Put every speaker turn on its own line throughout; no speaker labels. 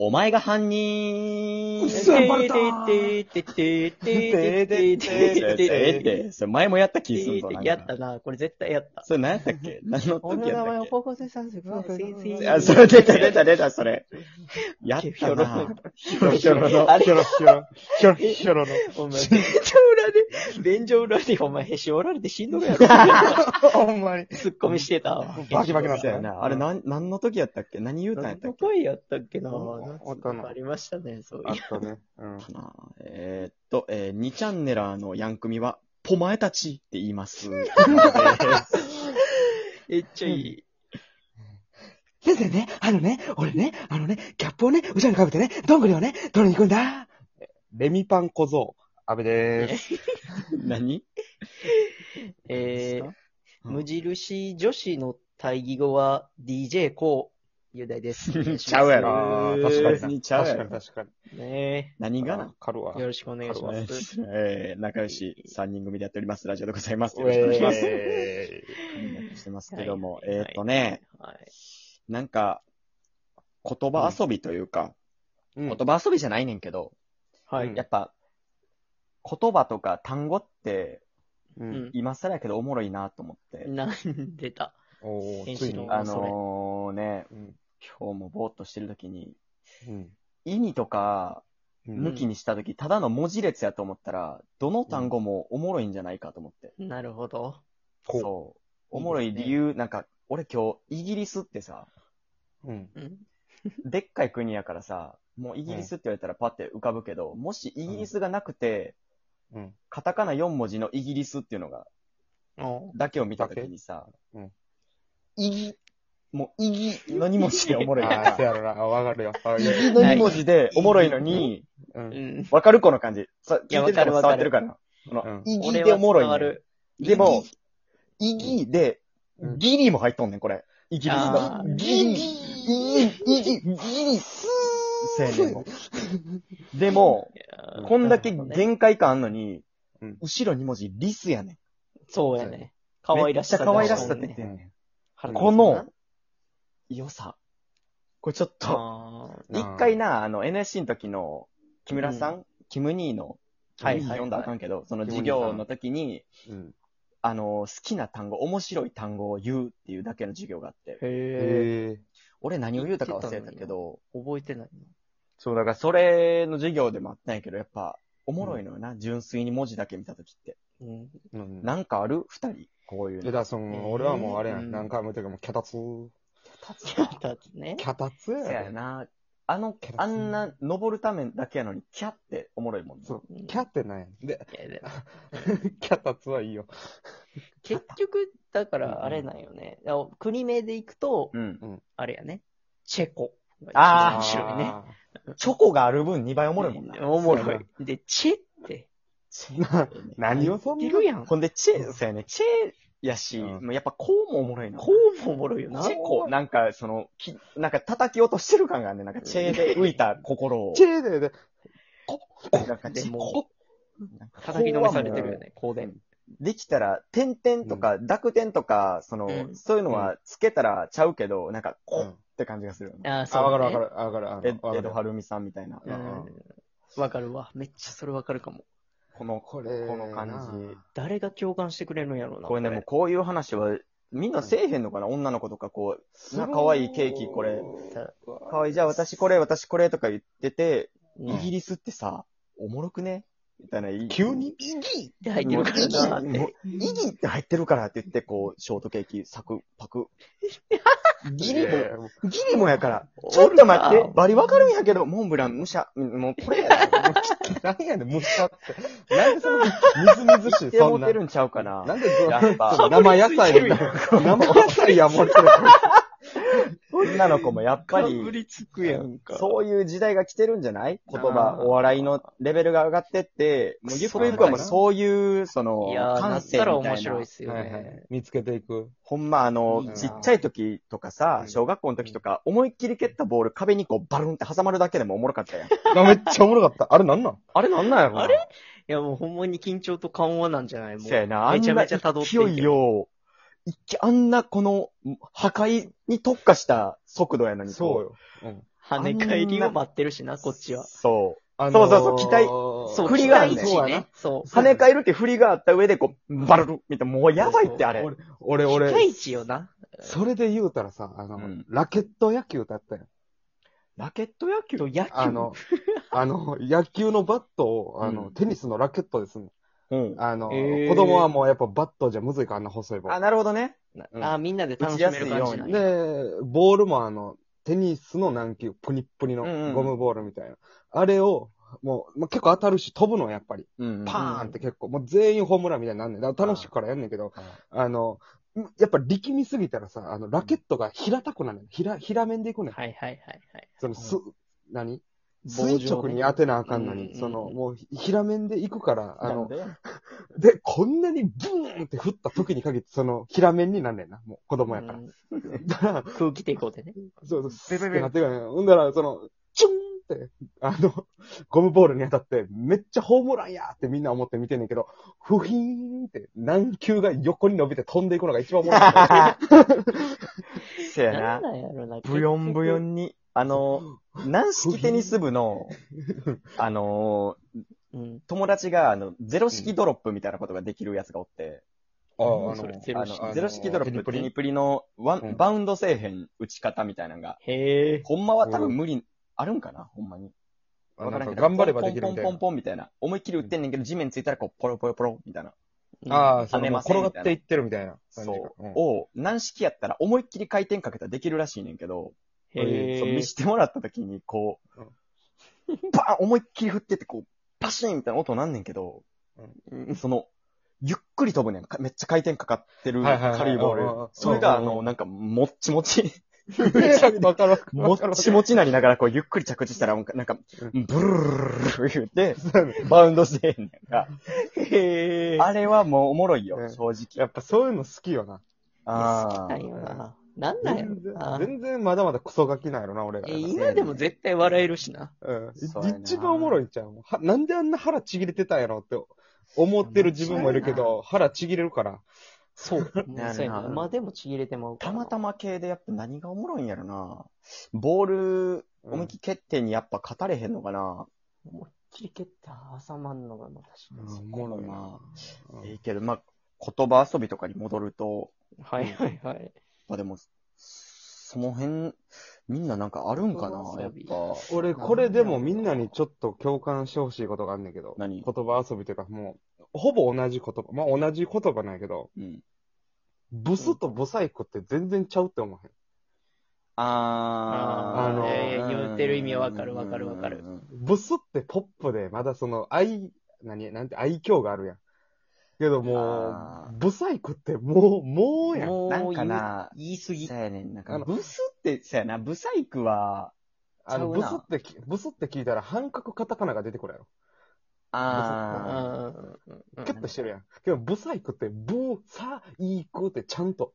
お前が犯人
うっそバレた
ててててててててててそれ前もやった気すんぞ。なんか
やったな。これ絶対やった。
それ何やったっけ何の時やったっ
高校生さんです
けあ、それ出た出た出た、それ。やっ
ヒ
た
ョロ
な。
ひょろひょろの、ひょろひょろ、ひょろひょろの。
お前、便所裏で、便所裏で、お前、へし折られて死んどるやろ。
ほんまに。
ツッコミしてたわ。
バキバキなっ
そ
た
うやな。あれ何、何の時やったっけ何言うたんやった
ど
っ
こやったっけな
うんおったな
ありましたね、そう
あ
い
っ
う。
たね。うん。
けかな。えーっと、えー、2チャンネラーのヤンクミは、ポマエたちって言います。
めっちゃいい。
先生ね、あのね、俺ね、あのね、キャップをね、後ろにかぶってね、どんぐりをね、取りに行くんだ。
レミパン小僧、安部でーす。
何
えー、
うん
無印女子の対義語は DJ こう、雄大です。お願いします
ちゃうやろ
あー
別にちゃうやろ
確かに確かに。
ね
何がな
わかるわ
え。よろしくお願いします。
えー、仲良し3人組でやっております。ラジオでございます。よろしくお願いします。
え
してますけども、
はいはい
えーっとね、
はい。
なんか、言葉遊びというか、
ーうん
言葉遊びじゃないねんけど、
は
う
い
ん
や。っぱ、言葉とか単語って、
う。
うんん。
今更やけどおもろいなと思って。
なんでた。
おー、
先
つい
週
に。
の
あのー、ね、
うん。
今日もぼーっとしてるときに、
うん。
意味とか、
うん
向きにしたとき、ただの文字列やと思ったら、どの単語もおもろいんじゃないかと思って。
なるほど。
こう
そう。おもろい理由、なんか、俺今日、イギリスってさ、
うん。
うん。
でっかい国やからさ、もうイギリスって言われたらパッて浮かぶけど、もしイギリスがなくて、
うん。
カタカナ4文字のイギリスっていうのが、
お
だけを見たときにさ、
だけうん
イギ、もうイギの2文字でおもろいやん
あー、
か
そうやろな。あわかるよ。わか
イ
るよ。
ギの2文字でおもろいのに、
う。
うんん。
わかるこの感じ。さ、聞いてるから
いやわ
伝
か
わっ
る
てる
わ
か
か
な。この
うん
イギでおもろい
俺は伝わ
ねん
る。
でも、イギで
う、ん
ギリも入っとんねん、これ。イギリス
あ
の。
ー
ギリ、イギ、イギ、ギリス。せやねん もうでも、
いやー
こんだけ
なるほどね
限界感あんのに
うん、
後ろ2文字、リスやねん。
そうやね。可愛らしさ
め
出
っ
し
ち
と
ゃ
ん
可愛
ね。
らしさ出てんね
腹
ん。
立つな
この、良さ。これちょっと、
あー
な
一回な、あの、NSC の時の、木村さん、キム兄の、
はいはいはい
読んだらあかんけど、その
キム
授
兄さん
業の時に、
うん。
あの、好きな単語、面白い単語を言うっていうだけの授業があって、
へえ。
ええ。
俺何を言うたか忘れたけど、
覚えてない
そう、だからそれの授業でもあったんやけど、やっぱ、おもろいのよな、純粋に文字だけ見た時って。
な。うん。
うん。
なんかある二人、こうい
いうや、だ
の。
からその、俺はもうあれや
うん
ん。何回も言ったけど、もう、キャタツー。
立つね。
キャタツー
そう
や
や
ろ。
な。 あの、あんな、登るためだけやのに、キャっておもろいもんね。
そう
うん。
キャってなんや。で、
いやでも
キャタツーはいいよ。
結局、だから、あれなんよね。だから国名で行くと、
うん。
あれやね。チェコ
あー
が一
面
番面白いね。
チョコがある分2倍おもろいもんな。
おもろい。で、チェって、
チェ
何をそん
い
な。
るやん。こ
ほんで、チェ、そうやね、チェやし、
うん
もうやっぱこうもおもろいな。
うもおもろいよな。
チェコ、なんか、その、きなんか叩き落としてる感があるね。なんか、チェで浮いた心を。
チェーで、で、
なんか、
で
チェ
も
コ。
叩きのめされてるよね、香典。
できたら、点々とか、濁点とか、その、
うん
そういうのはつけたらちゃうけど、なんか、こ
う
っ
ん
て感じがするよね。
ああ、
あ、わかるわ
ね
かる。あわかる。あ
え
の、わ
江戸
かる。
晴美さんみたいな。
るうん
うん。わかるわ。めっちゃそれわかるかも。
この、
こ
こ
れ
の感じ。
誰が共感してくれるんやろうな。
これね、もうこういう話は、みんなせえへんのかな、女の子とかこう、な、可愛いケーキこれ、
さ
可愛いじゃあ私これ、私これとか言ってて、
うん
イギリスってさ、おもろくねみたいな。
急に
イギ
で入ってるからなーっ
もう
て。
イギって入ってるからって言って、こう、ショートケーキ、サク、パク。ギリも、
も。
ギリもやから。 ちょっと待っ
おる
て
な、
バリわかるんやけど、モンブラン、むしゃ、もうこれやろ。
何やねん、むしゃって。なんでその、みずみずしい、
手
そ
持
んな
て。るんちゃうかな。
なんで
やっぱ
その生野菜みたいな。生野菜やもれてる。
女の子もやっぱり。
かぶりつくやんか。
そういう時代が来てるんじゃない言葉
あ、ー
お笑いのレベルが上がってって、もうゆくゆくはもうそういう、その
い、やー、な
感
っ
性
たら
みた
面
いな
白い。っすよ
はいはい
ね。。
見つけていく。
ほんま、あの
いい、な
ちっちゃい時とかさ
う、ん
小学校の時とか、思いっきり蹴ったボール壁にこうバルンって挟まるだけでもおもろかったやん。
あめっちゃおもろかった。あれなんなん
あれなんなんやろ
あれいや、もうほんまに緊張と緩和なんじゃないも
せや
う。
な、あん
めちゃ
な
めちゃ辿っていけ
勢いよ、一見あんなこの破壊に特化した速度やのに。
そう
よ。
よ。うん。
跳ね返りを待ってるしな、こっちは。
そう。
あ
そうそうそう期待
そう、
振りがある
期
ね
待値ね。そう。
跳ね返るって振りがあった上で、こう、バルルみたいな、もうやばいってあれ。
俺、俺、
期待
俺、
値よな。
それで言うたらさ、あの、
うん
ラケット野球だったよ。
ラケット野球
と野球。
あの、あの、野球のバットを、あの、
うん
テニスのラケットですんの。
うん。
あの、
へー
子供はもうやっぱバットじゃむずいから、あんな細い棒
あ、。なるほどね。
な
うん
あ、みんなで楽しめる感じなんや。
で、ボールもあの、テニスの軟球、プニップニ
うんう
の
ん
ゴムボールみたいな。あれを、もう、まあ、結構当たるし、飛ぶの、やっぱり。
うん
パーンって結構、もう全員ホームランみたいになんねん。だから楽しくからやんねんけど、あの、やっぱ力みすぎたらさ、あの、ラケットが平たくなるねん。平、平面でいくねん。
はいはいはいはい。
その、す、何
棒状ね
垂直に当てなあかんの
うんうん
に、
うん
その、もう平面で行くから、あ
なの
の、
で、
で、こんなにブーンって振った時に限って、その、平面になんねんな、もう、子供やから
う。ん
だから、
空気抵抗でね。
そうそう、ス
ベベベ
ってなってくるね。ほんだら、その、チュンって、あの、ゴムボールに当たって、めっちゃホームランやってみんな思って見てんねんけど、ふひーんって、軟球が横に伸びて飛んでいくのが一番おも ろい。
せやな
な。
ん
なんやろな。
ブヨンブヨンに、あの、軟式テニス部の、あの
うん。
友達が、あの、ゼロ式ドロップみたいなことができるやつがおって、
ああ、あ
それ
の、
ゼロ
あ
式
の、ゼロ式ドロップ、
プ
テ
リ
ニプリのワン、
うん
バウンドせえへん打ち方みたいなのが、
へえ。
ほんまは多分無理、あるんかなほんまに。わからんけど。
頑張ればできるみた
ポ
い
ンポンポン
な。
ポンみたいな。思いっきり打ってんねんけど、地面ついたらこう、ポロポロポロみたいな。
ああ、
跳
そ
ね
の、も
ま
う
せん
転がっていってるみたいな感じか。
そう。
ん
を、軟式やったら思いっきり回転かけたらできるらしいねんけど、
うん。へ
そう
え
見。してもらった時に、こう
うん、
バーン思いっきり振ってって、こう、パシーンみたいな音なんねんけど、
うん
その、ゆっくり飛ぶねん。かめっちゃ回転かかってる
はいはいはい
軽いボー
うんうんうん
ル。それが、あ
うんうんう
の、
ん
なんか、もっちもち、
めちゃくちゃわかるわかる。
もっちもちなりながら、こう、ゆっくり着地したら、なんか、なんかブルルルルル言って、バウンドしてんねんか。
へえ。
あれはもうおもろいよ
う、ん
正直。
やっぱそういうの好きよな。
好きなん
ー
よな。なんなんや
全
ろ
然
な、。
全然まだまだクソガキなんやろな、俺ら。
え今でも絶対笑えるしな。
うん
そうやな
一番おもろいんちゃうはなんであんな腹ちぎれてたんやろって思ってる自分もいるけど、腹ちぎれるから。
そう。
な
そうやな
な
今でもちぎれてまうか
た
ら。
またま系でやっぱ何がおもろいんやろな。ボール、
うん
思いっきり決定にやっぱ勝たれへんのかな。
思いっきり蹴って挟まんのがまたし
うん
ます
おもろい
ま
な。
ええけど、まあ、言葉遊びとかに戻ると、
はいはいはい。
まあでも、その辺、みんななんかあるんかな
言葉
や
遊
っ
び
ぱ。
俺、これでもみんなにちょっと共感してほしいことがあんねんけど。
何
言葉遊びというか、もう、ほぼ同じ言葉。まあ、同じ言葉なんやけど、
うん。
ブスとブサイクって全然ちゃうって思わへん。
あー、
あのいやい
や言ってる意味わかるわかるわかる
うん
ブスってポップで、まだその愛、何、なんて愛嬌があるやん。けども
あー
う、ブサイクってもう、もうやん。
もう
なんかな
言い言い過ぎ
そ。やねん。なん
あ
か、
の
ブスって、そやな、ブサイクは、
あの、
ち
ブ
ゃ
ス
うな
ってき、ブスって聞いたら半角カタカナが出てくるやろ。
あー、
うん
キュッとしてるやん。けど、ブサイクって、ブサイクってちゃんと。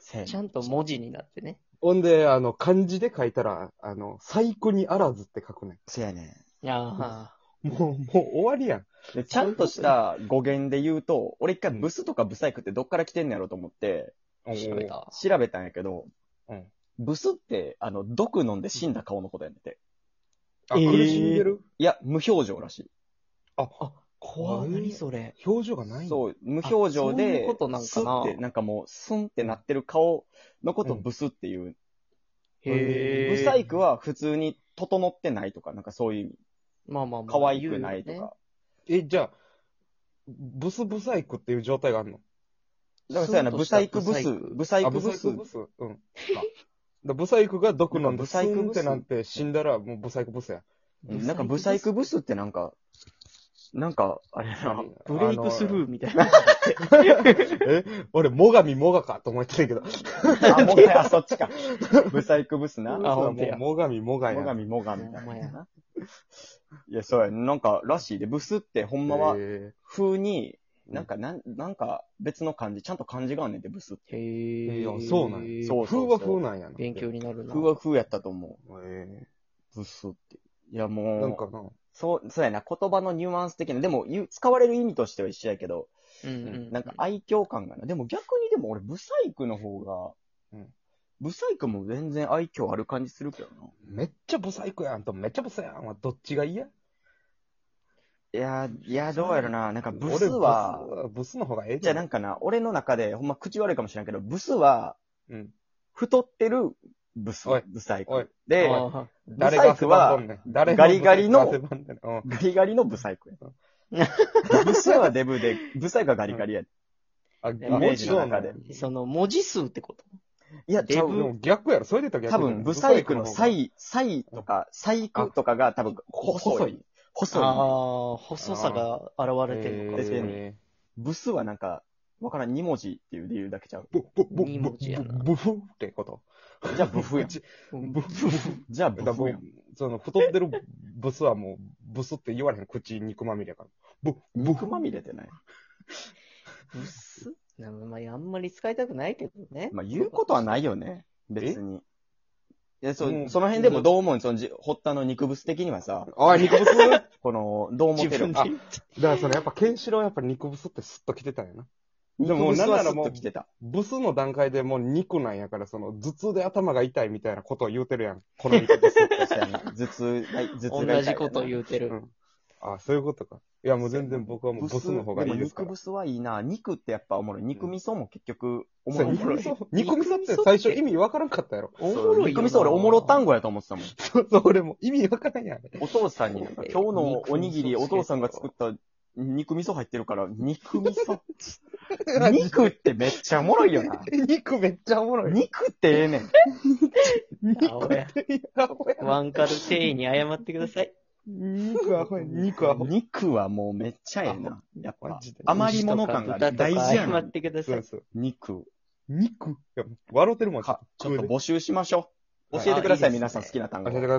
せやねん
ちゃんと文字になってね。
ほんで、あの、漢字で書いたら、あの、細工にあらずって書くね
せやねん。
あ
ん。もう、もう終わりやん。
でちゃんとした語源で言うと、俺一回ブスとかブサイクってどっから来てんのやろうと思って、
あ、調べ
おー。
た。
調べたんやけど、
うん
ブスって、あの、毒飲んで死んだ顔のことやねんて。
あ、苦しんでる、
いや、無表情らしい。
あ、
怖い。
えー
何それ。
表情がないの
そう、無表情
あそうい
で
うことなん、
ス
かな
って、なんかもう、スンってなってる顔のことをブスっていう。
へえ。
ブサイクは普通に整ってないとか、なんかそういう意味。
まあまあまあ。
可愛くないと
言うよ
か。
え、じゃあ、ブスブサイクっていう状態があるの
だからそうやな、
スン
ブ
とした
サイクブス、ブサイ
あ
クブス。
ブサイクブスうん。あだブサイクが毒なん
なんか
で、
ブ
ス
サイクブス
ーンってなんて死んだら、もうブサイクブスや。
うんなんかブサイクブスってなんか、なんか、あれやな、
ブレイクス
ー
ルーみたいな。
え、俺、もがみもがかと思ってたけど。
あ、もがや、そっちか。 ブサイクブスな。
あ
も
ほんとや
もがみもがや。
がみもがみ
ほんまや
な。いや、そうや、なんか、らしいで、ブスってほんまは、
へ
風に、なんか、なん、なんか、別の漢字、ちゃんと漢字があんねんで、ブスって。
へ
ー
え。
いやそうなんや。
そう
風
そうそう
は風なんやな。
勉強になるな。
風は風やったと思
へ
う。ブスって。いや、
ー
もう、
なんかな。
そう、そうやな、言葉のニュアンス的な、でも、言う使われる意味としては一緒やけど、
うんうんうん。
なんか愛嬌感がな。でも逆にでも俺、ブサイクの方が、
うん
ブサイクも全然愛嬌ある感じするけどな。
めっちゃブサイクやんと、めっちゃブサやんはどっちが嫌
いやー、いやー、どうやろな。なんかブ
俺
スは、
ブス、ブスの方がええ
じゃあなんかな、俺の中で、ほんま口悪いかもしれんけど、ブスは、
うん
太ってるブス
おい、
ブサイ
おい
ク。で、
あ
ブサイクは
誰が汗ばんどんねん誰が
ガリガリの
汗ばんでんねんうん
ガリガリのブサイクや。ブスはデブで、ブサイクはガリガリや。
あ、
イメージ
の中で
あそうなんや
ーその文字数ってこと
いや、ちゃ
で
う。
も逆やろ、それで言った
多
ら逆やろ
分、ブサイクのサ
ブ
イ、サイとか、サイクとかが多分、細い。細い。
ああ、細さが現れてるの
出
か。
てんの
え
ブスはなんか、わからん、2文字っていう理由だけちゃう。
ーブブブ
二
ブ
文字やな
ブフってこと。
じゃあ、ブフやん。
うん
ブフ。
じゃあ、
だ
ブ
から
フ
もう
やん。
その、太ってるブスはもう、ブスって言われへん、口肉まみれやから。ブ、ブ
肉まみれてない。
ブスなまあ、あんまり使いたくないけどね。
まあ、言うことはないよね。別に。いや、そうう、
ん
その辺でもどう思うそのじ、堀田の肉ブス的にはさ、
おい、肉ブス だか
この、どう思っ
自
て
分
る
で
あ、
言って。
らその、やっぱ、ケンシロウはやっぱ肉ブスってスッと来てたんやな。
肉
も
ブス
なんな
はス
らも
ッ
う
と来てた。
ブスの段階でもう肉なんやから、その、頭痛で頭が痛いみたいなことを言うてるやん。この肉 ブスって。
確かに頭痛が、頭痛が痛い
同じこと言うて
う
る。
んあ、そういうことか。いや、もう全然僕はもうブスの方がいいですか
でも肉
ら
ブ。スはいいな。肉ってやっぱおもろい。肉味噌も結局、おも
そう
ろい。
肉味
そう
噌肉味噌って最初意味わからんかったやろ。
おもろいよ
肉
な。
味噌俺おもろ単語やと思ってたもん。
そうそう、俺も意味わからんやん。
お父さんになんか、今日のおにぎりお父さんが作った肉味噌入ってる から、肉味噌。肉ってめっちゃおもろいよな。
肉めっちゃおもろい。
肉ってええねん。
肉
アホ や。
アホやな。
ワンカル誠意に謝ってください。
肉アホや。肉アホ。
肉はもうめっちゃええな。やっ
マ
ぱ
ジで。
余り物感が
豚とか
大事や
謝
な
っ。てくだ
そ
さ
う
い。
そう。
肉。
肉。いや笑うてるもん。
か、ちょっと
食うで
募集しましょう。
はい
教えてください、
あいい
皆
ですね
さん好きな単
教
語
えて。ください